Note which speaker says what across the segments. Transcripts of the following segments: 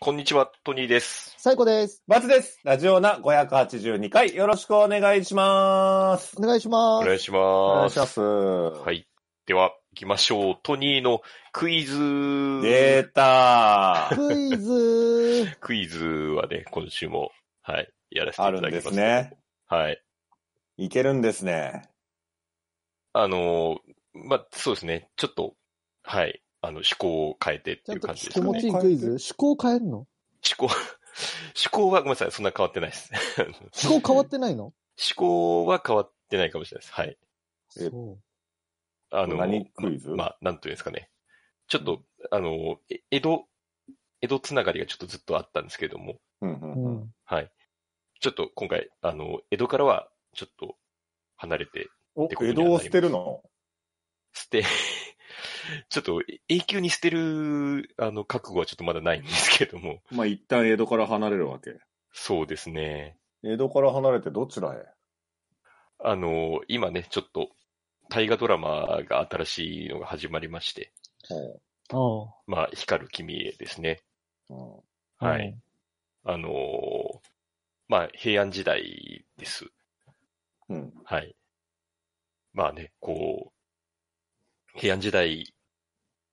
Speaker 1: こんにちは、トニーです。
Speaker 2: 最高です。
Speaker 3: バツです。ラジオナ582回、よろしくお願いします。
Speaker 2: お願いしま
Speaker 1: お
Speaker 2: す。
Speaker 1: 願いし
Speaker 3: お願
Speaker 1: ま
Speaker 3: い
Speaker 1: す。
Speaker 3: します。は。
Speaker 1: はいい。では、行きましょう。トニーのクイズ。
Speaker 3: 出 たー。
Speaker 2: クイ ズ。
Speaker 1: クイズはね、今週も、はい、やらせてい
Speaker 3: あ
Speaker 1: ただ
Speaker 3: る
Speaker 1: き
Speaker 3: ん
Speaker 1: ます。
Speaker 3: ですね。。
Speaker 1: はい。
Speaker 3: いけるんですね。
Speaker 1: あのーまあ、そうですね。ちょっと、はい。あの、思考を変えてって
Speaker 2: ちゃ
Speaker 1: い
Speaker 2: ん
Speaker 1: う
Speaker 2: と
Speaker 1: 感じです
Speaker 2: 気
Speaker 1: かね。
Speaker 2: 持
Speaker 1: 思
Speaker 2: ちいいクイズ。 思考変えるの
Speaker 1: 考、 思考はごめんなさい。そんな変わってないです。
Speaker 2: 思考変わってないの
Speaker 1: 思考は変わってないかもしれないです。はい。
Speaker 3: え
Speaker 2: そ
Speaker 1: あの、
Speaker 3: 何クイズ
Speaker 1: ままあ、なんというんですかね。ちょっと、あの、え江戸、江戸つながりがちょっとずっとあったんですけれども、
Speaker 3: うんう
Speaker 2: う。
Speaker 3: ん
Speaker 2: う
Speaker 3: うん
Speaker 2: ん。
Speaker 1: はい。ちょっと今回、あの、江戸からは、ちょっと、離れて、
Speaker 3: お
Speaker 1: てことにはなります
Speaker 3: 江戸を捨てるの
Speaker 1: 捨て、 ちょっと、永久に捨てる、あの、覚悟はちょっとまだないんですけれども、
Speaker 3: まあ、一旦江戸から離れるわけ。
Speaker 1: そうですね。
Speaker 3: 江戸から離れてどちらへ
Speaker 1: あの、今ね、ちょっと、大河ドラマが新しいのが始まりまして、
Speaker 3: ほ
Speaker 2: ああ
Speaker 1: まあ、光る君へですね。
Speaker 3: ううん
Speaker 1: はい。。あのーまあ、平安時代です。
Speaker 3: うん。
Speaker 1: はい。まあね、こう、平安時代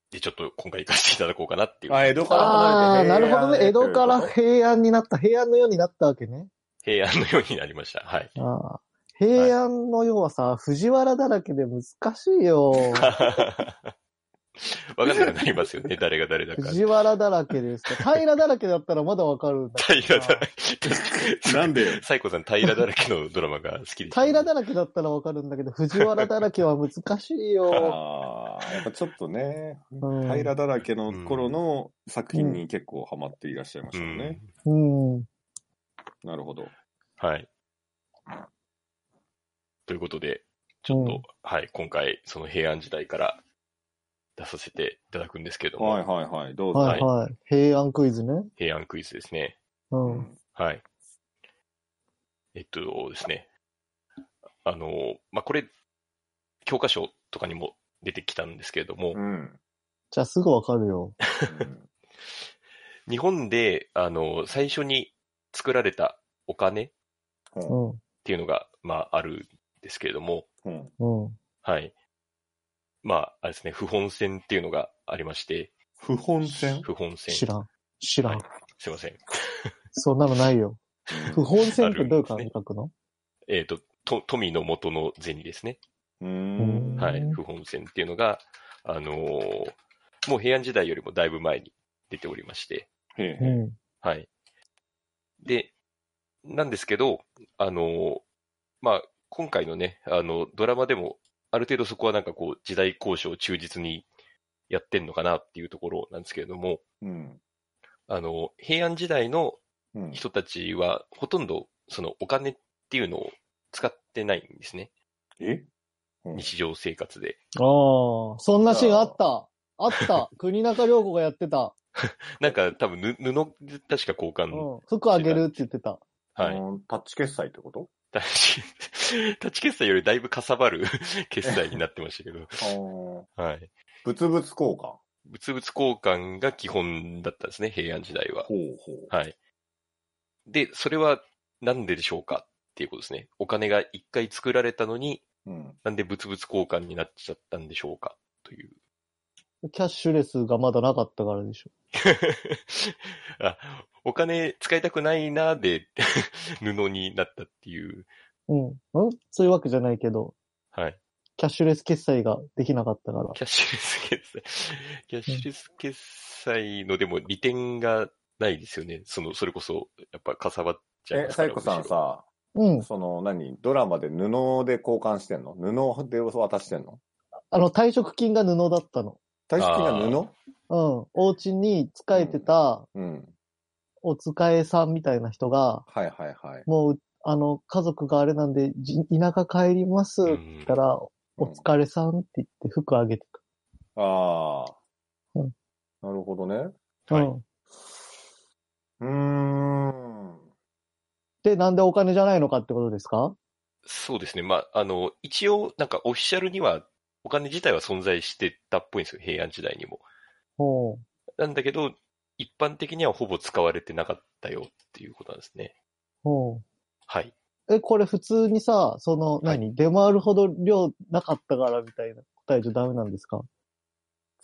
Speaker 1: でちょっと今回行かせていただこうかなっていう。
Speaker 3: あ、江戸から
Speaker 2: あ
Speaker 3: 離
Speaker 2: あ、
Speaker 3: れ
Speaker 2: な
Speaker 3: て平安へ
Speaker 2: るほどね。江戸か
Speaker 3: と
Speaker 2: ら
Speaker 3: いうこ
Speaker 2: 平安になった、平安のようになったわけね。。
Speaker 1: 平安のようになりました。はい
Speaker 2: ああ平安の世はさ、藤原だらけで難しい よ。
Speaker 1: わかんなくなりますよね、誰が誰だか。
Speaker 2: 藤原だらけですか。平だらけだったらまだわかるんだけどさ
Speaker 1: 平だらけ。
Speaker 3: となんで
Speaker 1: サイコさん、平だらけのドラマが好きです、
Speaker 2: 平だらけだったらわかるんだけど、藤原だらけは難しい よ。
Speaker 3: ああ、やっぱちょっとね、
Speaker 2: うん
Speaker 3: 平だらけの頃の作品に結構ハマっていらっしゃいまし
Speaker 1: う
Speaker 3: たよね
Speaker 1: ん。。
Speaker 2: うん。
Speaker 3: なるほど。
Speaker 1: はい。ということで、ちょっと、
Speaker 2: うん
Speaker 1: はい、今回、その平安時代から出させていただくんですけども、
Speaker 3: はいはいはい、どうぞ。
Speaker 2: はいはい。平安クイズね。
Speaker 1: 平安クイズですね。
Speaker 2: うん。
Speaker 1: はい。えっとですね。あの、まあ、これ、教科書とかにも出てきたんですけれども、
Speaker 3: うん。
Speaker 2: じゃあすぐわかる よ。
Speaker 1: 日本で、あの、最初に作られたお金っ
Speaker 2: う。
Speaker 3: うん
Speaker 1: ていうのが、まあ、あるんですけれども、
Speaker 3: ん。
Speaker 2: うん。
Speaker 1: はい。まあ、あれですね、不本線っていうのがありまして、
Speaker 3: 不本線
Speaker 1: 不本線。
Speaker 2: 知らん。知らん。
Speaker 1: はいすいません。
Speaker 2: そんなのないよ。不本線ってどういう感
Speaker 1: あるんですね
Speaker 2: じ書くの。
Speaker 1: えっ、とと、富の元の銭ですね。
Speaker 3: うーん。
Speaker 1: はいう
Speaker 2: ん
Speaker 1: 不本線っていうのが、あのーもう平安時代よりもだいぶ前に出ておりまして、
Speaker 3: へえ
Speaker 2: う
Speaker 3: へえ。
Speaker 2: ん。
Speaker 1: はい。で、なんですけど、あのーまあ、今回のね、あの、ドラマでも、ある程度そこはなんかこう、時代交渉を忠実にやってんのかなっていうところなんですけれども、
Speaker 3: うん。
Speaker 1: あの、平安時代の
Speaker 3: うん。
Speaker 1: 人たちはほとんどそのお金っていうのを使ってないんですね。
Speaker 3: えうん
Speaker 1: 日常生活で。
Speaker 2: ああ、そんなシーンあった。あった。国中涼子がやってた。
Speaker 1: なんか多分ぬ布で確か交
Speaker 2: う
Speaker 1: 換。
Speaker 2: ん。服あげるって言ってた。
Speaker 1: はい。
Speaker 3: うんタッチ決済ってこと
Speaker 1: タッチ、タッチ決済よりだいぶかさばる 決済になってましたけど。
Speaker 3: あー
Speaker 1: はい。
Speaker 3: 物々交換。ほ
Speaker 1: 物々交換が基本だったんですね、平安時代は。
Speaker 3: うほう。
Speaker 1: はい。で、それはなんででしょうかっていうことですね。お金が一回作られたのに、
Speaker 3: うん。
Speaker 1: なんで物々交換になっちゃったんでしょうかという。
Speaker 2: キャッシュレスがまだなかったからでしょ。
Speaker 1: あ、お金使いたくないなーで 布になったっていう。
Speaker 2: うん。うんそういうわけじゃないけど、
Speaker 1: はい。
Speaker 2: キャッシュレス決済ができなかったから。
Speaker 1: キャッシュレス決済。キャッシュレス決済のでも利点がないですよね。その、それこそ、やっぱかさばっちゃい
Speaker 3: え
Speaker 1: ま、すか
Speaker 3: サ
Speaker 1: ら
Speaker 3: イコさん
Speaker 1: むしろ
Speaker 3: さ、
Speaker 2: うん。
Speaker 3: その何、ドラマで布で交換してんの布で渡してんの
Speaker 2: あの、退職金が布だったの。
Speaker 3: 大好きな
Speaker 2: うん。お家に仕えてた
Speaker 3: 布うん。
Speaker 2: お使いさんみたいな人が、
Speaker 3: はいはいはい。
Speaker 2: もう、あの、家族があれなんで、じ田舎帰りますって言ったら、
Speaker 3: う
Speaker 2: お
Speaker 3: ん
Speaker 2: 疲れさんって言って服あげて
Speaker 3: ああ
Speaker 2: うん。
Speaker 3: なるほどね。
Speaker 2: た。
Speaker 1: はい
Speaker 2: うん。
Speaker 3: うーん。
Speaker 2: で、なんでお金じゃないのかってことですか
Speaker 1: そうですね。まあ、あの、一応、なんかオフィシャルには、お金自体は存在してたっぽいんですよ。平安時代にも。
Speaker 2: ほ
Speaker 1: なんだけど、一般的にはほぼ使われてなかったよっていうことなんですね。
Speaker 2: ほう
Speaker 1: はい。
Speaker 2: え、これ普通にさ、その、
Speaker 1: はい
Speaker 2: 何、出回るほど量なかったからみたいな答えじゃダメなんですか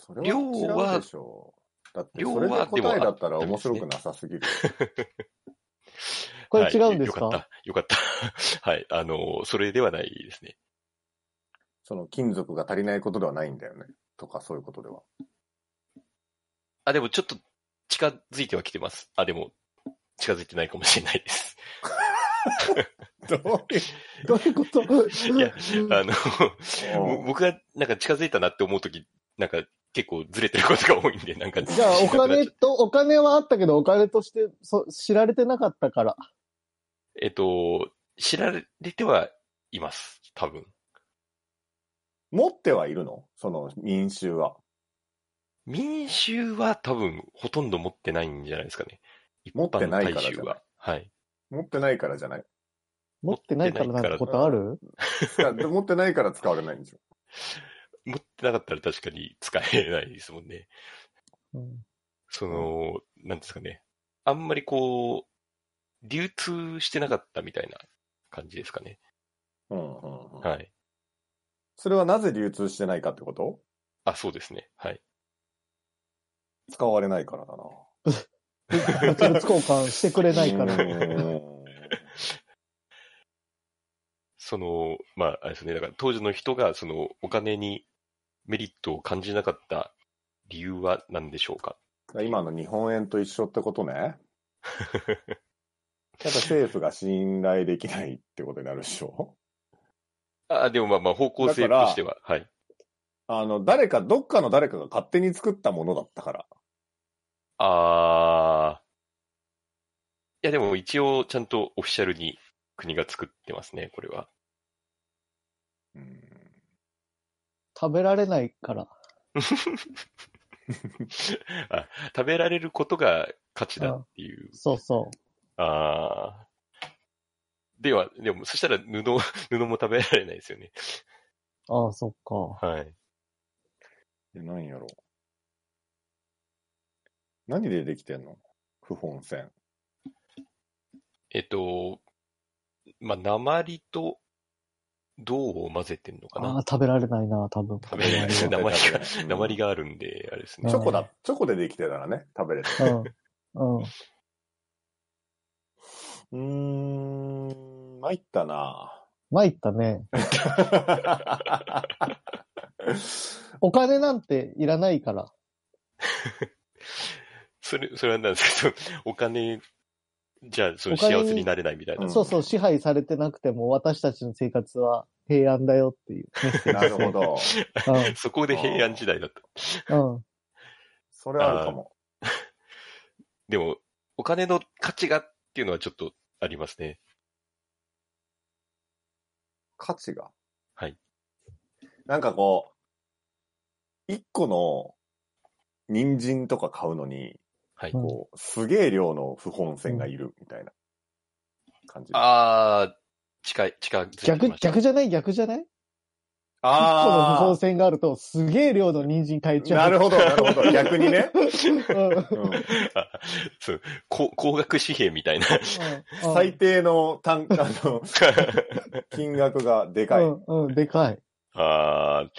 Speaker 3: それは違うでしょう。だって、それで
Speaker 1: 量は
Speaker 3: 答え
Speaker 1: でも
Speaker 3: だったら面白くなさすぎる。
Speaker 2: これ
Speaker 1: はい
Speaker 2: 違うんですか,、
Speaker 1: よかった。よかった。 はい。あの、それではないですね。
Speaker 3: その金属が足りないことではないんだよね。とか、そういうことでは。
Speaker 1: あ、でもちょっと近づいてはきてます。あ、でも、近づいてないかもしれないです。
Speaker 3: どうい う
Speaker 2: どういうこと
Speaker 1: いや、あの、
Speaker 3: うん
Speaker 1: ぼ僕がなんか近づいたなって思うとき、なんか結構ずれてることが多いんで、なんか。
Speaker 2: じゃあ、お
Speaker 1: なん
Speaker 2: 金
Speaker 1: か
Speaker 2: と、お金はあったけど、お金としてそ知られてなかったから。
Speaker 1: えっと、知られてはいます。多分。
Speaker 3: 持ってはいるのその民衆は。
Speaker 1: 民衆は多分ほとんど持ってないんじゃないですかね。一
Speaker 3: 持って
Speaker 1: 般
Speaker 3: ないから
Speaker 1: 大衆
Speaker 3: じゃない
Speaker 1: は。はい。
Speaker 3: 持ってないからじゃない。
Speaker 2: 持ってないからなんてことある
Speaker 3: 使って持ってないから使われないんですよ。
Speaker 1: 持ってなかったら確かに使えないですもんね。
Speaker 2: うん
Speaker 1: その、なんですかね。あんまりこう、流通してなかったみたいな感じですかね。
Speaker 3: うんうんうん
Speaker 1: はい。
Speaker 3: それはなぜ流通してないかってこと
Speaker 1: あ、そうですね。はい。
Speaker 3: 使われないからだな。
Speaker 2: 物々交換してくれないか
Speaker 3: う
Speaker 2: ら。
Speaker 3: ーん
Speaker 1: その、まあ、あれですね。だから当時の人がそのお金にメリットを感じなかった理由は何でしょうか
Speaker 3: 今の日本円と一緒って ことね。やっぱ政府が信頼できないってことになるでしょ
Speaker 1: あ、でもまあまあ方向性
Speaker 3: だから
Speaker 1: としては、はい。
Speaker 3: あの、誰か、どっかの誰かが勝手に作ったものだったから。
Speaker 1: あー。いや、でも一応ちゃんとオフィシャルに国が作ってますね、これは。
Speaker 3: うん
Speaker 2: 食べられないから。
Speaker 1: あ、食べられることが価値だっていう。
Speaker 2: そうそ
Speaker 1: ああ。では、でも、そしたら布、 布も食べられないですよね。
Speaker 2: う。ああ、そっか。
Speaker 1: はい。
Speaker 3: え、何やろう。何でできてんの不本 線。
Speaker 1: えっと、まあ、鉛と銅を混ぜてんのか
Speaker 2: あ
Speaker 1: な
Speaker 2: あ、食べられないな、多 分。
Speaker 1: 食べられない鉛が
Speaker 3: うん
Speaker 1: 鉛があるんで、あれです
Speaker 2: う
Speaker 1: ね
Speaker 3: チ
Speaker 2: ん。
Speaker 3: ョコだ、チョコでできてたらね、食べれた。
Speaker 2: うん。うん。
Speaker 3: うーん、参った な
Speaker 2: 参ったね。お金なんていらないから。
Speaker 1: それ、それはなんですけど、お金、じゃあ、その
Speaker 2: お金
Speaker 1: 幸
Speaker 2: に
Speaker 1: せになれないみたいな。
Speaker 3: うん
Speaker 2: そうそう、支配されてなくても私たちの生活は平安だよって いう。
Speaker 3: なるほど。
Speaker 1: そこで平安時代だった。
Speaker 2: うん。うん。
Speaker 3: それあるかも。
Speaker 1: でも、お金の価値がっていうのはちょっとありますね。
Speaker 3: 価値が。
Speaker 1: はい。
Speaker 3: なんかこう、一個の人参とか買うのに、
Speaker 1: はい。
Speaker 2: うん
Speaker 3: こう、すげえ量の不本線がいるみたいな感じ。
Speaker 1: ああ、近い、近い。
Speaker 2: 逆、逆じゃない逆じゃない一個の不
Speaker 3: あ
Speaker 2: 法線があると、すげえ量の人参買え
Speaker 3: ー
Speaker 2: ちゃ
Speaker 3: な
Speaker 2: う。
Speaker 3: るほど、なる ほど。逆にね。
Speaker 2: うんうん
Speaker 3: うん
Speaker 1: あそう、高高額紙幣みたい な。
Speaker 3: 最低の単価の金額がでかい。
Speaker 2: うん、うん、でかい。
Speaker 1: ああ。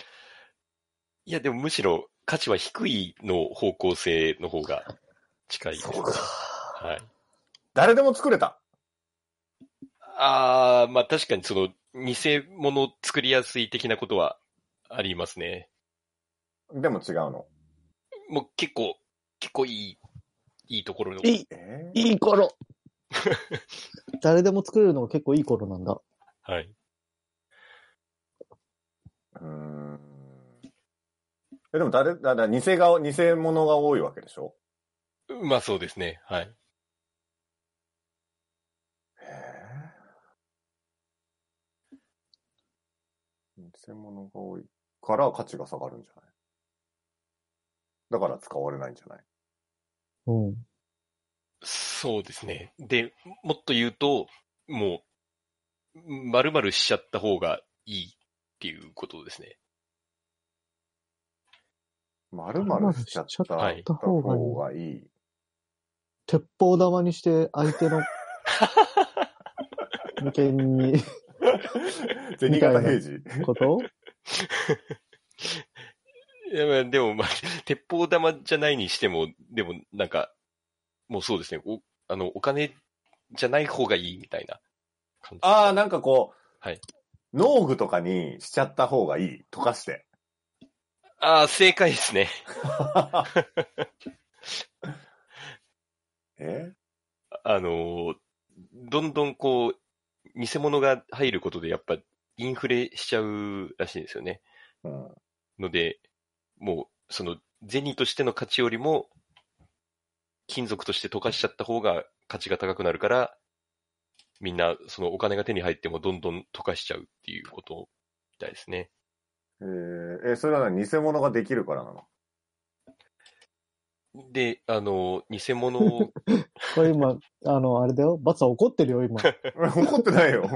Speaker 1: いや、でもむしろ価値は低いの方向性の方が近いです。
Speaker 2: そうか
Speaker 1: はい。
Speaker 3: 誰でも作れた。
Speaker 1: ああ、まあ確かにその、偽物作りやすい的なことはありますね。
Speaker 3: でも違うの。
Speaker 1: もう結構、結構いい、いいところの。
Speaker 2: いい、
Speaker 3: えー
Speaker 2: いい頃。 誰でも作れるのが結構いい頃なんだ。
Speaker 1: はい。
Speaker 3: うーん。えでも誰、だだ偽が、偽物が多いわけでしょ
Speaker 1: まあそうですね。はい。
Speaker 3: へえ。偽物が多いから価値が下がるんじゃないだから使われないんじゃない
Speaker 2: うん。
Speaker 1: そうですね。で、もっと言うと、もう、丸々しちゃった方がいいっていうことですね。
Speaker 3: 丸々しちゃった
Speaker 2: 丸々しちゃった方がいい
Speaker 3: 方がいい。
Speaker 2: 鉄砲玉にして相手の眉間に
Speaker 3: 銭形平次。
Speaker 2: こと
Speaker 1: いやまあでも、まあ、 鉄砲玉じゃないにしても、でもなんか、もうそうですね、おあのお金じゃない方がいいみたいな感じ。
Speaker 3: ああ、なんかこう、
Speaker 1: はい
Speaker 3: 農具とかにしちゃった方がいい。溶 かして。
Speaker 1: ああ、正解ですね。
Speaker 3: え
Speaker 1: あのー、どんどんこう、偽物が入ることでやっぱインフレしちゃうらしいんですよね。
Speaker 3: うん。
Speaker 1: ので、もう、その、銭としての価値よりも、金属として溶かしちゃった方が価値が高くなるから、みんな、そのお金が手に入ってもどんどん溶かしちゃうっていうことみたいですね。
Speaker 3: えーえそれは何偽物ができるからなの
Speaker 1: で、あの、偽物を、
Speaker 2: これ今、あの、あれだよ。バツさん怒ってるよ、今。
Speaker 3: え 怒ってないよ。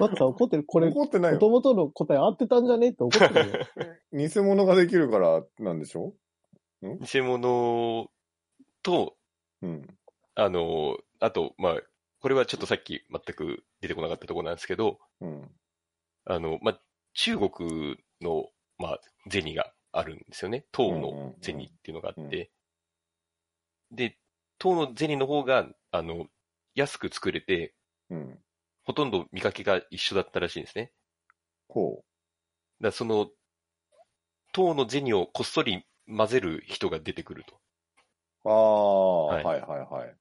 Speaker 2: バツさん怒ってる。これ、
Speaker 3: 怒ってないよ
Speaker 2: 元。々の答え合ってたんじゃねって怒ってるよ。
Speaker 3: 偽物ができるからなんでしょ
Speaker 1: 偽物と、
Speaker 3: うん。
Speaker 1: あの、あと、まあ、これはちょっとさっき全く出てこなかったところなんですけど、
Speaker 3: うん。
Speaker 1: あの、まあ、中国の、まあ、銭があるんですよね。唐の
Speaker 3: うんうんうん
Speaker 1: 銭っていうのがあって。で、唐の銭の方が、あの、安く作れて、
Speaker 3: うん。
Speaker 1: ほとんど見かけが一緒だったらしいんですね。だ
Speaker 3: ほ
Speaker 1: からその、唐の銭をこっそり混ぜる人が出てくると。
Speaker 3: う。ああ、
Speaker 1: はい
Speaker 3: はいはいはい。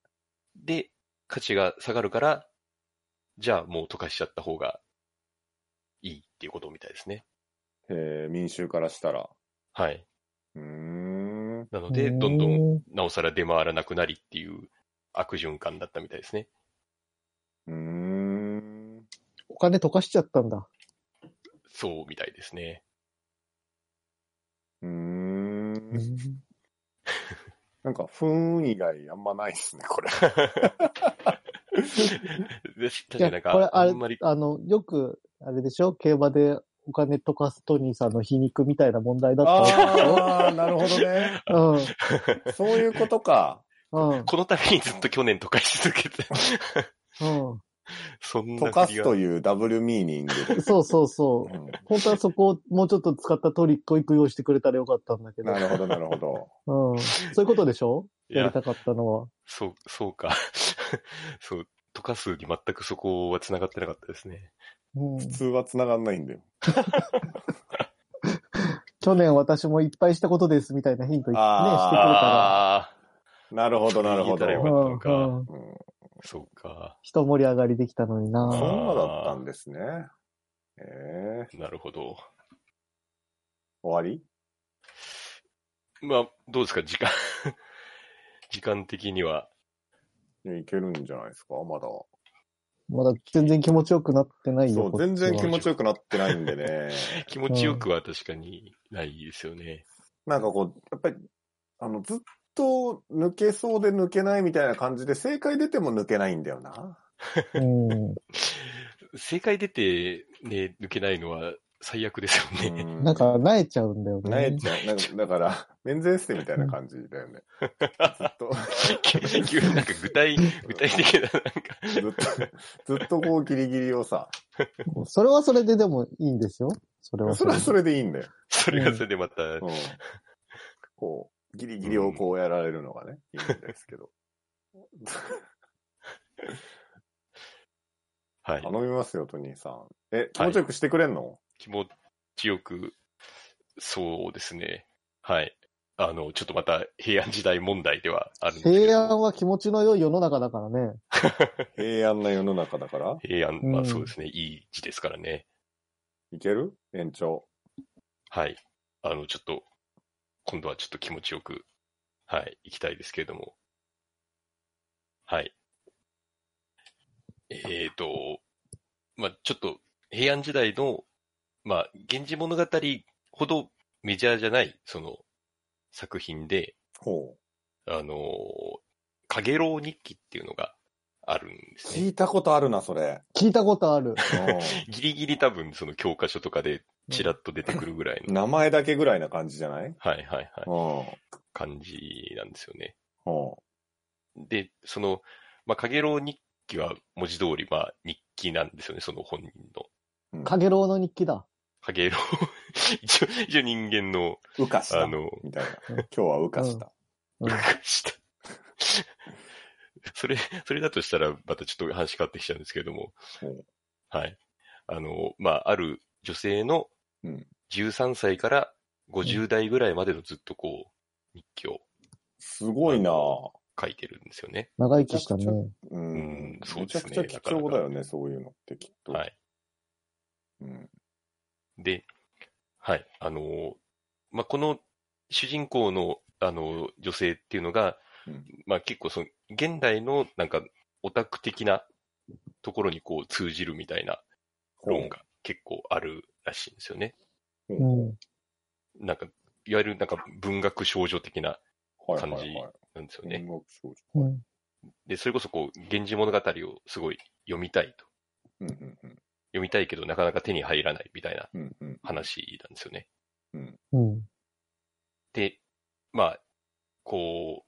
Speaker 1: で、価値が下がるから、じゃあもう溶かしちゃった方がいいっていうことみたいですね。
Speaker 3: えー、民衆からしたら。
Speaker 1: はい。
Speaker 3: うーん。
Speaker 1: なので、どんどんなおさら出回らなくなりっていう悪循環だったみたいですね。
Speaker 3: うーん。
Speaker 2: お金溶かしちゃったんだ。
Speaker 1: そうみたいですね。
Speaker 3: うー ん。なんか、ふーん以外あんまないですね、これ。
Speaker 1: で確か
Speaker 2: いや、
Speaker 1: になんか、
Speaker 2: これあ
Speaker 1: あ
Speaker 2: れ
Speaker 1: んまり、
Speaker 2: あの、よく、あれでしょ競馬でお金溶かすトニーさんの皮肉みたいな問題だったわけでしょ
Speaker 3: ああ、なるほどね。そういうことか。
Speaker 2: うん、うん、
Speaker 1: このためにずっと去年溶かし続けて、
Speaker 2: うん。
Speaker 1: そんな
Speaker 3: 溶か
Speaker 1: 振り
Speaker 3: す
Speaker 1: が
Speaker 3: というダブルミーニングで。
Speaker 2: そうそうそう
Speaker 3: う。ん
Speaker 2: 本当はそこをもうちょっと使ったトリックを一個用意してくれたらよかったんだけど。
Speaker 3: なるほど、なるほど。
Speaker 2: うん。そういうことでしょ
Speaker 1: い
Speaker 2: やり
Speaker 1: や、
Speaker 2: たかったのは。
Speaker 1: そう、そうか。 そう、溶かすに全くそこは繋がってなかったですね。
Speaker 2: うん。
Speaker 3: 普通は繋がんないんだよ。
Speaker 2: 去年私もいっぱいしたことですみたいなヒントね、してくれたら。
Speaker 1: あ
Speaker 3: なるほど、なるほど。
Speaker 1: 言えたら
Speaker 2: う
Speaker 1: よ
Speaker 3: うん
Speaker 1: かったの
Speaker 2: ん
Speaker 1: か
Speaker 2: うん
Speaker 3: うん
Speaker 1: あ、そうか。
Speaker 2: 一盛り上がりできたのに
Speaker 3: そ
Speaker 2: な。
Speaker 3: んなだったんですね。ええ
Speaker 1: なるほど。
Speaker 3: 終わり
Speaker 1: まあ、どうですか、時間。 時間的には。
Speaker 3: いやいけるんじゃないですかまだ。
Speaker 2: まだ全然気持ちよくなってない
Speaker 3: そ
Speaker 2: よ。
Speaker 3: う、全然気
Speaker 2: ち。
Speaker 3: 持ちよくなってないん でね。
Speaker 1: 気持ちよくは確かにないですよね。
Speaker 3: なんかこう、やっぱり、あの、ずっと抜けそうで抜けないみたいな感じで、正解出ても抜けないんだよな。
Speaker 2: うん。
Speaker 1: 正解出て、ね、抜けないのは最悪ですよね。
Speaker 3: う
Speaker 2: なん、か、萎えちゃうんだよね。
Speaker 3: なえちゃう。なんかだから、メンズエステみたいな感じだよね。ずっと、
Speaker 1: 急になんか具 体、具体的な、なんか、
Speaker 3: ずっと、ずっとこうギリギリをさ、
Speaker 2: それはそれででもいいんですよ。それは
Speaker 3: それはそ
Speaker 2: れ。
Speaker 3: れでいいんだよ。
Speaker 1: それはそれでまた、
Speaker 3: うん。こう、ギリギリをこうやられるのがね、いいんですけど。
Speaker 1: はい。
Speaker 3: 頼みますよ、トニーさん。え、気持ちよくしてくれんの、
Speaker 1: 気持ちよく、そうですね。はい。あの、ちょっとまた平安時代問題ではあるんですけど。
Speaker 2: 平安は気持ちの良い世の中だからね。
Speaker 3: 平安な世の中だから、
Speaker 1: 平安、ま
Speaker 2: う
Speaker 1: あ
Speaker 2: ん
Speaker 1: そうですね。いい字ですからね。
Speaker 3: いける延長。
Speaker 1: はい。あの、ちょっと、今度はちょっと気持ちよく、はい、行きたいですけれども。はい。えっ、と、まあちょっと、平安時代の、まあ源氏物語ほどメジャーじゃない、その、作品で、
Speaker 3: ほ
Speaker 1: あのー、かげろう日記っていうのがあるんで
Speaker 3: う。
Speaker 1: す
Speaker 3: 聞
Speaker 1: ね。
Speaker 3: いたことあるな、それ。
Speaker 2: 聞いたことある。
Speaker 1: ギリギリ多分その教科書とかでちらっと出てくるぐらい
Speaker 3: うん
Speaker 1: の、
Speaker 3: 名前だけぐらいな感じじゃない
Speaker 1: はいはいはい、
Speaker 3: うん。うん。
Speaker 1: 感じなんですよね。で、その、まあ、かげろう日記は文字通り、まあ、日記なんですよね、その本人の。
Speaker 3: うん
Speaker 2: かげろうの日記だ。
Speaker 1: かげろう。 一応、一応人間の、
Speaker 3: うかした。
Speaker 1: あ
Speaker 3: み
Speaker 1: の、
Speaker 3: たいな。
Speaker 2: うん
Speaker 3: 今日はうかした。
Speaker 2: うん
Speaker 1: した。それ、それだとしたら、またちょっと話変わってきちゃうんですけれども
Speaker 3: うん、
Speaker 1: はい。あの、まあ、ある女性の
Speaker 3: うん
Speaker 1: 13歳から50代ぐらいまでのずっとこう、日記を
Speaker 3: すごいなぁ。
Speaker 1: 書いてるんですよね。
Speaker 2: 長生きしたね。
Speaker 3: う
Speaker 1: うん
Speaker 3: ん。
Speaker 1: そう
Speaker 3: め
Speaker 1: で
Speaker 3: ちゃ
Speaker 1: すね
Speaker 3: くちゃ貴重だよね、そういうのってきっと。
Speaker 1: はい。
Speaker 3: うん。
Speaker 1: で、はい。あのまあ、この主人公の、あの女性っていうのが、
Speaker 3: うん
Speaker 1: まあ、結構その、現代のなんかオタク的なところにこう通じるみたいな論が結構あるらしいんですよね。
Speaker 2: うん。
Speaker 1: なんか、いわゆるなんか文学少女的な、
Speaker 3: はい
Speaker 1: 感じ
Speaker 3: はいはい
Speaker 1: なんですよね。
Speaker 3: 音楽少女
Speaker 2: うん。
Speaker 1: で、それこそこう、源氏物語をすごい読みたいと。
Speaker 3: うんうんうん
Speaker 1: 読みたいけどなかなか手に入らないみたいな
Speaker 3: うんうん
Speaker 1: 話なんですよね。
Speaker 3: うん
Speaker 2: うん。
Speaker 1: で、まあ、こ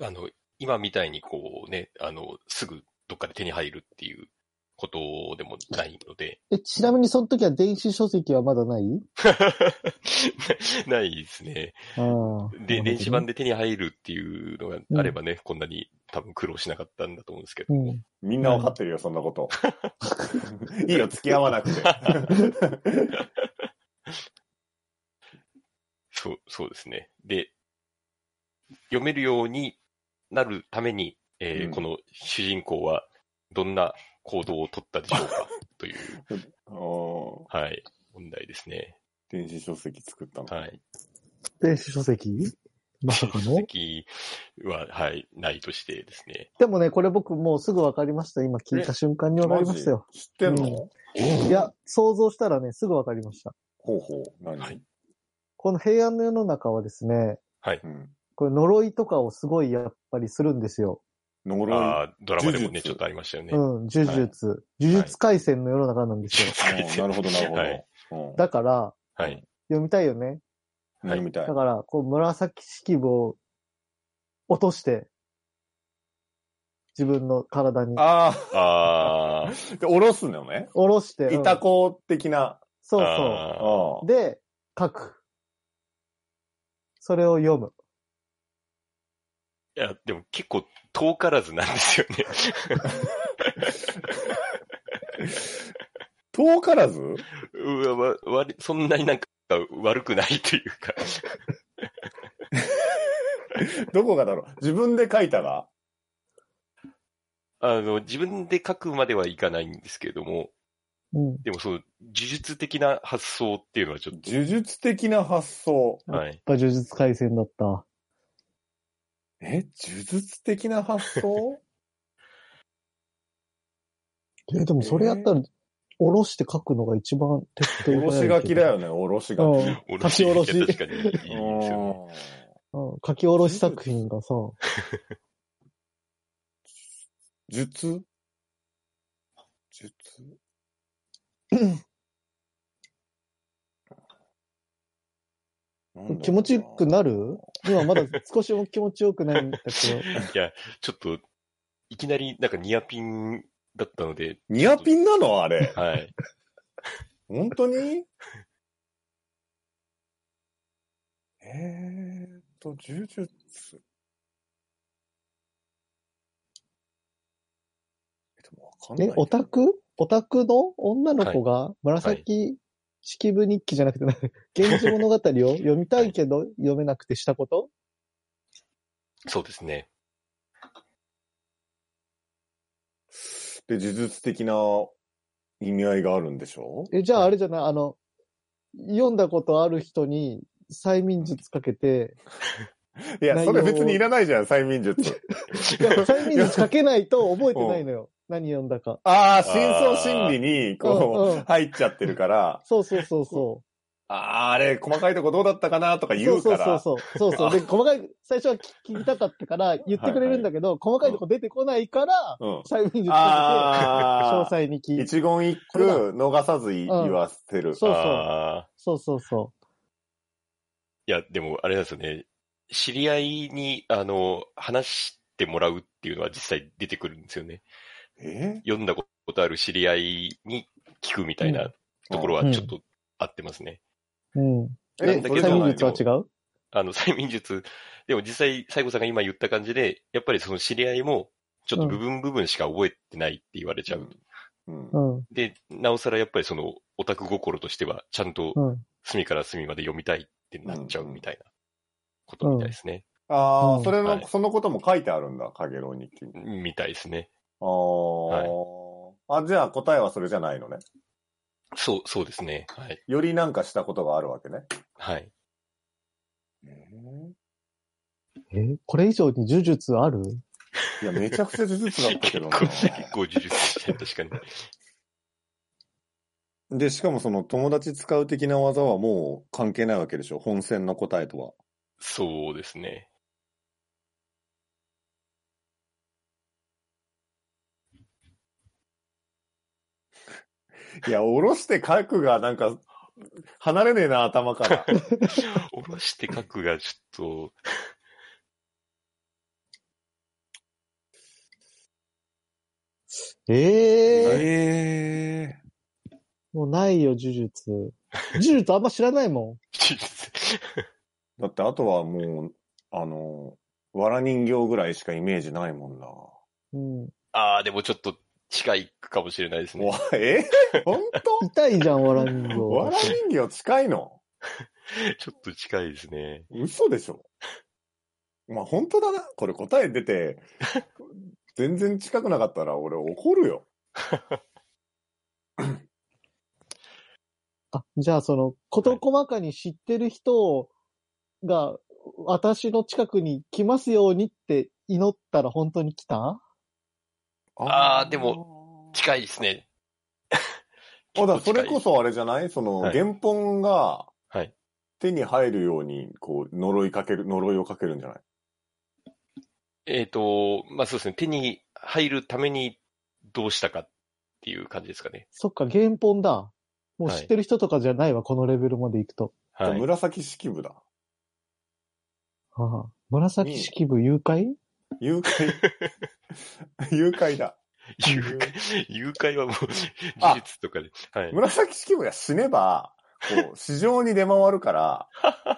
Speaker 1: う、あの、今みたいにこうね、あの、すぐどっかで手に入るっていうことでもないので、
Speaker 2: え、ちなみにその時は電子書籍はまだない
Speaker 1: ないですね。
Speaker 2: ああ。
Speaker 1: で、電子版
Speaker 2: で。
Speaker 1: で手に入るっていうのがあればね、こんなに多分苦労しなかったんだと思うんですけど
Speaker 2: う
Speaker 1: も、
Speaker 2: ん。
Speaker 3: みんなわかってるよ、そん なこと。いいよ、付き合わなくて。
Speaker 1: そう、そうですね。で、読めるようになるために、えー
Speaker 3: うん
Speaker 1: この主人公はどんな行動を取ったでしょうかという、
Speaker 3: あー
Speaker 1: はい、問題ですね。
Speaker 3: 電子書籍作ったの。
Speaker 1: はい。
Speaker 2: 電子書籍まさか
Speaker 1: 書
Speaker 2: の
Speaker 1: 籍は、はい、ないとしてですね。
Speaker 2: でもね、これ僕もうすぐわかりました。今聞いた瞬間にわかりましたよ。
Speaker 3: 知ってんの、
Speaker 2: うんいや、想像したらね、すぐわかりました。
Speaker 3: ほうほう。何、
Speaker 1: はい
Speaker 2: この平安の世の中はですね、
Speaker 3: うん。
Speaker 2: これ呪いとかをすごいやっぱりするんですよ。
Speaker 3: 呪い。
Speaker 1: ああ、ドラマでもね、
Speaker 3: 呪術
Speaker 1: ちょっとありましたよね。
Speaker 2: うん、呪術。呪術廻戦の世の中なんですよ。
Speaker 3: あーなるほど、なるほど。
Speaker 1: はい
Speaker 3: うん、
Speaker 2: だから、
Speaker 1: はい。
Speaker 2: 読みたいよね。
Speaker 3: 何みたい
Speaker 2: だ。から、こう、紫式部を落として、自分の体に。
Speaker 3: あ
Speaker 1: ああ、
Speaker 3: あ、で、おろすのね。
Speaker 2: 下ろして。うん
Speaker 3: いたこ的な。
Speaker 2: そうそ
Speaker 1: あー
Speaker 3: あ
Speaker 2: う。で、書く。それを読む。
Speaker 1: いや、でも結構遠からずなんですよね。
Speaker 3: 遠からず
Speaker 1: うわ、わ、わり、そんなになんか悪くないというか。
Speaker 3: どこがだろう自分で書いたが
Speaker 1: あの、自分で書くまではいかないんですけれども、
Speaker 2: うん。
Speaker 1: でもその、呪術的な発想っていうのはちょっ
Speaker 3: 呪術的な発想。
Speaker 1: と、はい。
Speaker 2: やっぱ呪術廻戦だった。
Speaker 3: え呪術的な発 想
Speaker 2: え、でもそれやったら、下ろして書くのが一番手っ
Speaker 3: お
Speaker 2: 取り
Speaker 3: ろ
Speaker 2: 早
Speaker 3: し
Speaker 2: いけど
Speaker 3: 書きだよね、おろし
Speaker 2: う
Speaker 3: 書
Speaker 2: ん
Speaker 3: き。
Speaker 1: お
Speaker 2: 書き下ろし
Speaker 1: 確かにいいですよ ね。
Speaker 3: うん
Speaker 2: うん書き下ろし作品がさ、
Speaker 3: 術術なんだろうな
Speaker 2: 気持ちよくなる今まだ少しも気持ちよくないんだけど。
Speaker 1: いや、ちょっと、いきなりなんかニアピンだったので、
Speaker 3: ニアピンなのあれ。
Speaker 1: はい。
Speaker 3: 本当に えーっと、呪術。えでもわかんな い
Speaker 2: え
Speaker 3: な、
Speaker 2: オタクオタクの女の子が紫式部日記じゃなくて、源氏物語を読みたいけど読めなくてしたこと
Speaker 1: そうですね。
Speaker 3: で、呪術的な意味合いがあるんでしょ
Speaker 2: え、じゃああれじゃないあの、読んだことある人に催眠術かけ て、
Speaker 3: いや、
Speaker 2: 内
Speaker 3: そ
Speaker 2: 容
Speaker 3: れ別にいらないじゃん、催眠術。
Speaker 2: いや催眠術かけないと覚えてないのよ。何読んだか。
Speaker 3: ああ、深層心理に、
Speaker 2: うんう
Speaker 3: こ
Speaker 2: ん
Speaker 3: う、入っちゃってるから、
Speaker 2: そうそうそうそう。
Speaker 3: ああ、あれ、細かいとこどうだったかなとか言うから。
Speaker 2: そうそうそうそう。そうそう。で、細かい、最初は聞聞きたかったから言ってくれるんだけど、細かいとこ出てこないから、
Speaker 3: うん。
Speaker 2: 催眠術かけて、詳
Speaker 3: ああ、
Speaker 2: 細に聞いて。
Speaker 3: 一言一句
Speaker 2: これだ
Speaker 3: 逃さずい言わせる。
Speaker 2: そうそう
Speaker 1: ああ。
Speaker 2: そうそうそ
Speaker 1: いや、でも、あれなんですよね。知り合いに、あの、話してもらうっていうのは実際出てくるんですよね。
Speaker 3: え
Speaker 1: 読んだことある知り合いに聞くみたいうなところはちょっと合ってますね。
Speaker 2: うん。
Speaker 3: え
Speaker 1: な
Speaker 2: え、
Speaker 1: んだけど
Speaker 2: 催眠術は違う
Speaker 1: あの、催眠術、でも実際、西郷さんが今言った感じで、やっぱりその知り合いも、ちょっと部分部分しか覚えてないって言われちゃう。
Speaker 3: うん
Speaker 2: う。ん。
Speaker 1: で、なおさらやっぱりその、オタク心としては、ちゃんと
Speaker 2: うん。
Speaker 1: 隅から隅まで読みたいってなっちゃうみたいなことみたいですね。
Speaker 3: ああ、
Speaker 2: うん
Speaker 3: それの、
Speaker 1: はい
Speaker 3: そのことも書いてあるんだ、かげろう日記に。
Speaker 1: みたいですね。
Speaker 3: ああ、あ、じゃあ答えはそれじゃないのね。
Speaker 1: そう、そうですね。はい。
Speaker 3: よりなんかしたことがあるわけね。
Speaker 1: はい。
Speaker 2: え、これ以上に呪術ある
Speaker 3: いや、めちゃくちゃ呪術だった
Speaker 1: 結
Speaker 3: けど
Speaker 1: 構、
Speaker 3: な。
Speaker 1: 結構呪術してる確かに。
Speaker 3: で、しかもその友達使う的な技はもう関係ないわけでしょ本戦の答えとは。
Speaker 1: そうですね。
Speaker 3: いや、おろして書くがなんか、離れね えな、頭から。
Speaker 1: 下ろして書くがちょっと、
Speaker 2: ええ
Speaker 3: ええ
Speaker 2: もうないよ、呪術。 呪術あんま知らないも
Speaker 1: 呪術。
Speaker 3: だってあとはもう、あの、わら人形ぐらいしかイメージないもんな。
Speaker 2: ん。うん。
Speaker 1: ああ、でもちょっと近いかもしれないですね。
Speaker 3: わ、え 本当
Speaker 2: 痛いじゃん、わら人形。
Speaker 3: わら人形近いの
Speaker 1: ちょっと近いですね。
Speaker 3: 嘘でしょまあ本当だな。これ答え出て、全然近くなかったら俺怒るよ。
Speaker 2: あ、じゃあその、こと細かに知ってる人が、私の近くに来ますようにって祈ったら本当に来た
Speaker 1: あーでも近いです ね。
Speaker 3: あ、だからそれこそあれじゃないその、
Speaker 1: はい
Speaker 3: 原本が
Speaker 1: はい、
Speaker 3: 手に入るように、こう、呪いかける、呪いをかけるんじゃない
Speaker 1: えっ、と、まあそうですね。手に入るためにどうしたかっていう感じですかね。
Speaker 2: そっか、原本だ。もう
Speaker 1: はい
Speaker 2: 知ってる人とかじゃないわ、このレベルまで行くと。
Speaker 1: は
Speaker 3: じゃあ
Speaker 1: い。
Speaker 3: 紫式部だ。
Speaker 2: ああ紫式部誘拐
Speaker 3: 誘拐。 誘拐だ。
Speaker 1: 誘拐、誘拐はもう、
Speaker 3: あ
Speaker 1: 事実とかで。はい。
Speaker 3: 紫式部が死ねば、こう、市場に出回るから、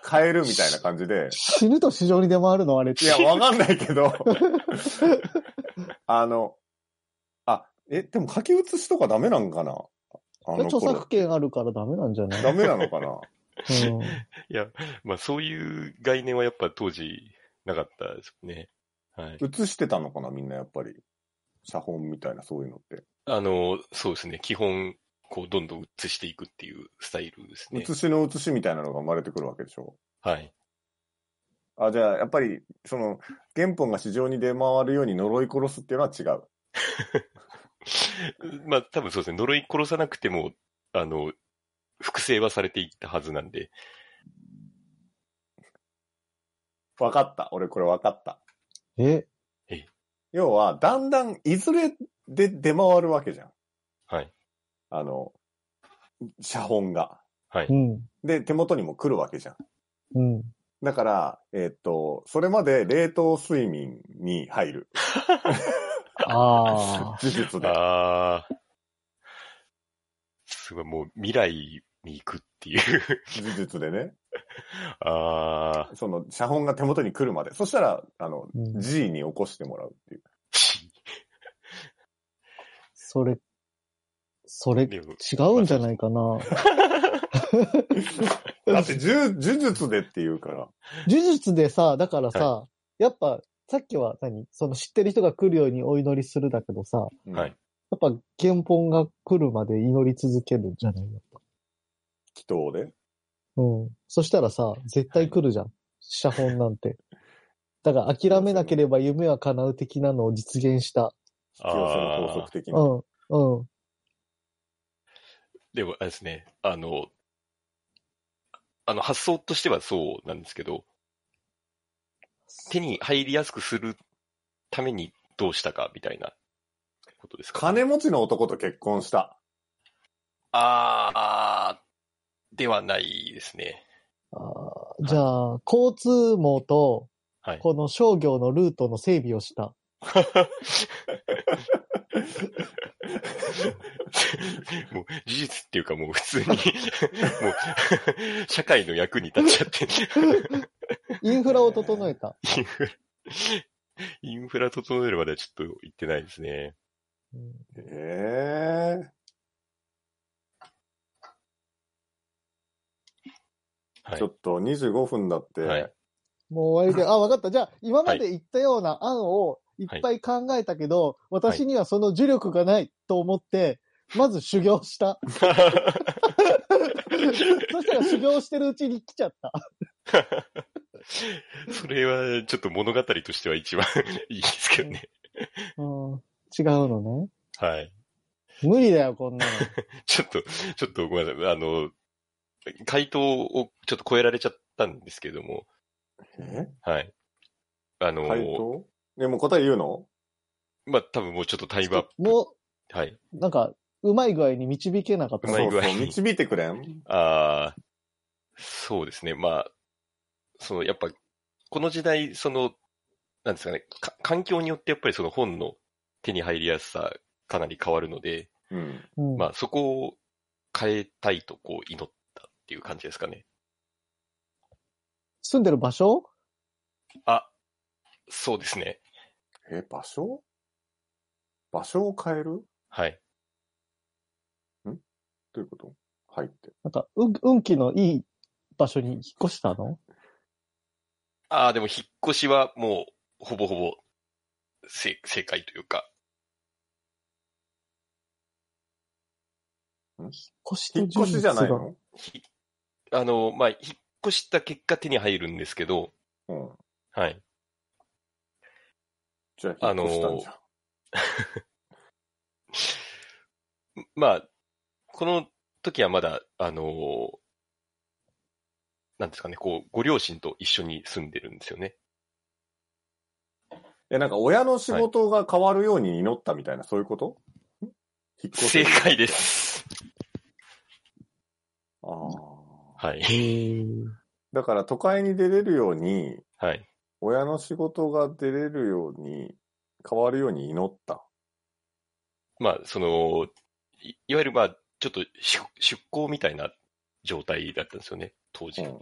Speaker 3: 買えるみたいな感じで。
Speaker 2: 死ぬと市場に出回るのあれっ
Speaker 3: い
Speaker 2: て。
Speaker 3: や、わかんないけど。あの、あ、え、でも書き写しとかダメなんかなあの
Speaker 2: 著
Speaker 3: 頃
Speaker 2: 作。権あるからダメなんじゃない、
Speaker 3: ダメなのかな
Speaker 2: うん、
Speaker 1: いや、まあそういう概念はやっぱ当時なかったですね。はい。
Speaker 3: 映してたのかなみんなやっぱり。写本みたいな、そういうのって。
Speaker 1: あの、そうですね。基本、こう、どんどん移していくっていうスタイルですね。
Speaker 3: 写しの写しみたいなのが生まれてくるわけでしょ
Speaker 1: はい。
Speaker 3: あ、じゃあ、やっぱり、その、原本が市場に出回るように呪い殺すっていうのは違う。
Speaker 1: まあ多分そうですね。呪い殺さなくても、あの、複製はされていったはずなんで。
Speaker 3: わかった。俺これわかった。
Speaker 2: え、。
Speaker 3: 要は、だんだん、いずれで出回るわけじゃん。
Speaker 1: はい。
Speaker 3: あの、写本が。
Speaker 1: はいう
Speaker 2: ん、
Speaker 3: で、手元にも来るわけじゃん。
Speaker 2: うん。
Speaker 3: だから、えっと、それまで冷凍睡眠に入る。
Speaker 2: ああ。
Speaker 3: 事実で。
Speaker 1: ああ。すごい、もう未来に行くっていう。
Speaker 3: 事実でね。
Speaker 1: ああ。
Speaker 3: その、写本が手元に来るまで。そしたら、あの、
Speaker 2: うん
Speaker 3: G に起こしてもらうっていう。
Speaker 2: それ、それ、違
Speaker 1: でも
Speaker 2: うんじゃないか な。呪
Speaker 3: だって、呪呪術でっていうから。
Speaker 2: 術でさ、だからさ、やっぱ、さっきは何その知ってる人が来るようにお祈りするだけどさ、
Speaker 3: うん
Speaker 1: はい。
Speaker 2: やっぱ原本が来るまで祈り続けるんじゃないやっぱ。
Speaker 3: 祈祷で。
Speaker 2: うん。そしたらさ、絶対来るじゃん。写本なんて。だから諦めなければ夢は叶う的なのを実現した。
Speaker 3: 引き寄せの法則的
Speaker 2: う
Speaker 3: な。
Speaker 2: ん、うん。
Speaker 1: でも、あれですね。あの、あの、発想としてはそうなんですけど、手に入りやすくするためにどうしたかみたいなことですか、
Speaker 3: 金持ちの男と結婚した。
Speaker 1: ああ、ではないですね。
Speaker 2: あーじゃあ、交通網と、
Speaker 1: はい
Speaker 2: この商業のルートの整備をした。
Speaker 1: もう事実っていうかもう普通に、もう社会の役に立っちゃって、
Speaker 2: インフラを整えた。
Speaker 1: インフラ、インフラ整えるまではちょっと行ってないですね。
Speaker 2: うん
Speaker 3: ええ
Speaker 1: はい
Speaker 3: ちょっと25分だって、
Speaker 1: はい
Speaker 2: もう終わりで、あ、わかった。じゃあ、今まで言ったような案をいっぱい考えたけど、私にはその呪力がないと思って、まず修行した。 そしたら修行してるうちに来ちゃった。
Speaker 1: それはちょっと物語としては一番 いいですけどね。
Speaker 2: うん、違うのね。
Speaker 1: はい。
Speaker 2: 無理だよ、こんなの。
Speaker 1: ちょっと、ちょっとごめんなさい。あの、回答をちょっと超えられちゃったんですけども、
Speaker 3: え
Speaker 1: はい。あの、
Speaker 3: 回答でも答え言うの
Speaker 1: まあ、多分もうちょっとタイムアッ
Speaker 2: も
Speaker 1: プ。はい。
Speaker 2: う、なんか、うまい具合に導けなかった。
Speaker 1: うまい具合に
Speaker 3: そうそう導いてくれん
Speaker 1: ああ、そうですね。まあ、その、やっぱ、この時代、その、なんですかね、か環境によってやっぱりその本の手に入りやすさ、かなり変わるので、
Speaker 3: うん。
Speaker 2: うん
Speaker 1: まあ、そこを変えたいと、こう、祈ったっていう感じですかね。
Speaker 2: 住んでる場所
Speaker 1: あ、そうですね。
Speaker 3: え、場所場所を変える
Speaker 1: はい。
Speaker 3: どういうこと入って。
Speaker 2: なんか、うん、運気のいい場所に引っ越したの
Speaker 1: ああ、でも、引っ越しはもう、ほぼほぼ、せ、正解というか、
Speaker 2: 越し
Speaker 3: 引っ越しじゃないの
Speaker 1: ひあの、まあ、引っ越した結果手に入るんですけど、
Speaker 3: うん。
Speaker 1: はい。
Speaker 3: じゃあ引っ越したんじゃん。
Speaker 1: まあ、この時はまだ、あのーなんですかね、こう、ご両親と一緒に住んでるんですよね。
Speaker 3: え、なんか親の仕事が変わるように祈ったみたいな、そういうことん引っ越
Speaker 1: 正
Speaker 3: し。
Speaker 1: 解です。
Speaker 3: ああ。
Speaker 1: はい。
Speaker 3: だから都会に出れるように、
Speaker 1: はい。
Speaker 3: 親の仕事が出れるように、変わるように祈った。
Speaker 1: まあ、その、いいわゆる、まあ、ちょっと出出向みたいな状態だったんですよね、当時。
Speaker 3: うん、うん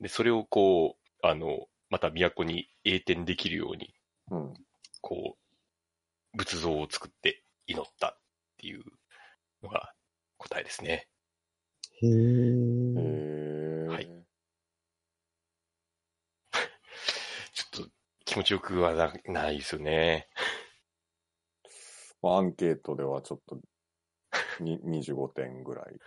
Speaker 1: で、それをこう、あの、また都に栄転できるように、、
Speaker 3: うん。
Speaker 1: こう、仏像を作って祈ったっていうのが答えですね。
Speaker 2: へ
Speaker 3: へ
Speaker 2: ー
Speaker 3: ー
Speaker 1: はいちょっと気持ちよくはなないですよね。
Speaker 3: まあアンケートではちょっと、に25点ぐらい。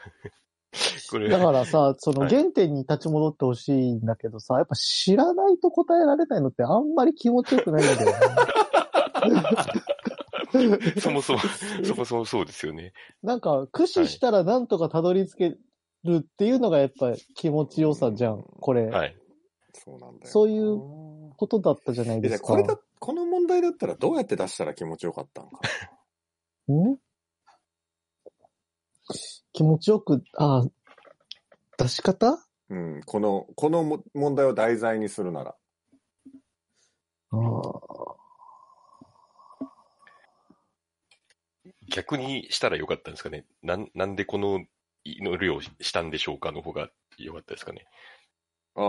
Speaker 1: これ
Speaker 2: だからさ、そ
Speaker 1: は
Speaker 2: の
Speaker 1: い
Speaker 2: 原点に立ち戻ってほしいんだけどさ、やっぱ知らないと答えられないのってあんまり気持ちよくないんだよ ね
Speaker 1: そもそ も、そもそもそうですよね。
Speaker 2: なんか、駆使したらなんとかたどり着けるっていうのがやっぱ気持ちよさじゃん、これ。
Speaker 1: はい。
Speaker 3: そうなんだよな。
Speaker 2: そういう
Speaker 3: う
Speaker 2: ことだったじゃない
Speaker 3: え
Speaker 2: で
Speaker 3: じゃあ
Speaker 2: すか。
Speaker 3: これだ、この問題だったらどうやって出したら気持ちよかった んか。
Speaker 2: ん気持ちよく、あ出し方
Speaker 3: うん、この、このも問題を題材にするなら。
Speaker 2: あ
Speaker 1: 逆にしたらよかったんですかね。なん、なんでこの祈りをしたんでしょうかの方がよかったですかね。
Speaker 3: ああ、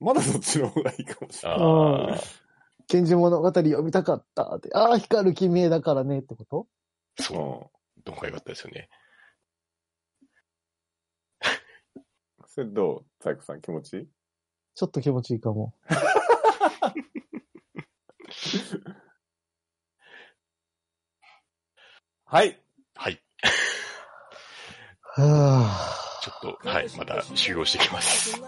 Speaker 3: まだそっちの方がいいかもしれない。
Speaker 1: あ
Speaker 2: う
Speaker 1: あ、
Speaker 2: 源氏物語読みたかったって。ああ、光る君へだからねってこと
Speaker 1: そう。の方がよかったですよね。
Speaker 3: うん。それどう大工さん気持ちいい
Speaker 2: ちょっと気持ちいいかも。
Speaker 3: はい。
Speaker 1: はい。
Speaker 2: は
Speaker 1: ちょっと、はい。また修行してきます。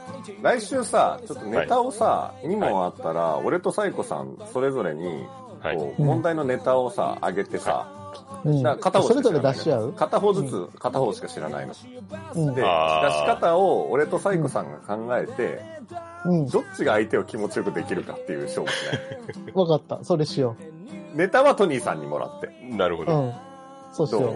Speaker 3: 来週さ、ちょっとネタをさ、2問あったら、俺とサイコさん、それぞれに、
Speaker 1: はい。
Speaker 3: こう、
Speaker 2: うん
Speaker 3: 問題のネタをさ、上げてさ、
Speaker 2: あ、うん
Speaker 3: だから片方
Speaker 2: そ
Speaker 3: し
Speaker 2: れぞれ
Speaker 3: か知らない
Speaker 2: 出し合う
Speaker 3: 片方ずつ、片方しか知らないの。
Speaker 2: うん
Speaker 3: で、出し
Speaker 1: あー
Speaker 3: 方を俺とサイコさんが考えて、
Speaker 2: うん。
Speaker 3: どっちが相手を気持ちよくできるかっていう勝負し ない。
Speaker 2: わかった。それしよ
Speaker 3: ネタはトニーさんにもらって。
Speaker 1: なるほ
Speaker 2: う。う
Speaker 1: ど。
Speaker 2: ん。そうし
Speaker 3: どう
Speaker 2: よ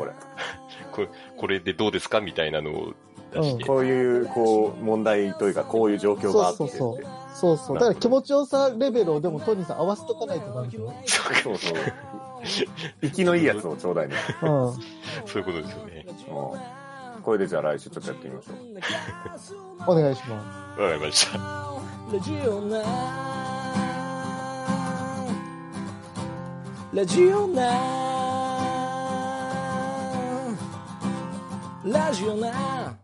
Speaker 3: これ。
Speaker 1: これでどうですかみたいなのを出して。
Speaker 3: こういう、こう、問題というか、こういう状況があって
Speaker 2: そうそう
Speaker 3: って
Speaker 2: そうそう。だから気持ちよさレベルをでもトニーさん 合わせとかないとダメだよ。
Speaker 3: そうそう。生きのいいやつをちょうだいね。
Speaker 2: うん。
Speaker 1: そういうことですよね。
Speaker 3: うんこれでじゃあ来週ちょっとやってみましょう。
Speaker 2: お願いしま
Speaker 1: わかりました。
Speaker 4: ラジオナラジオナラジオナ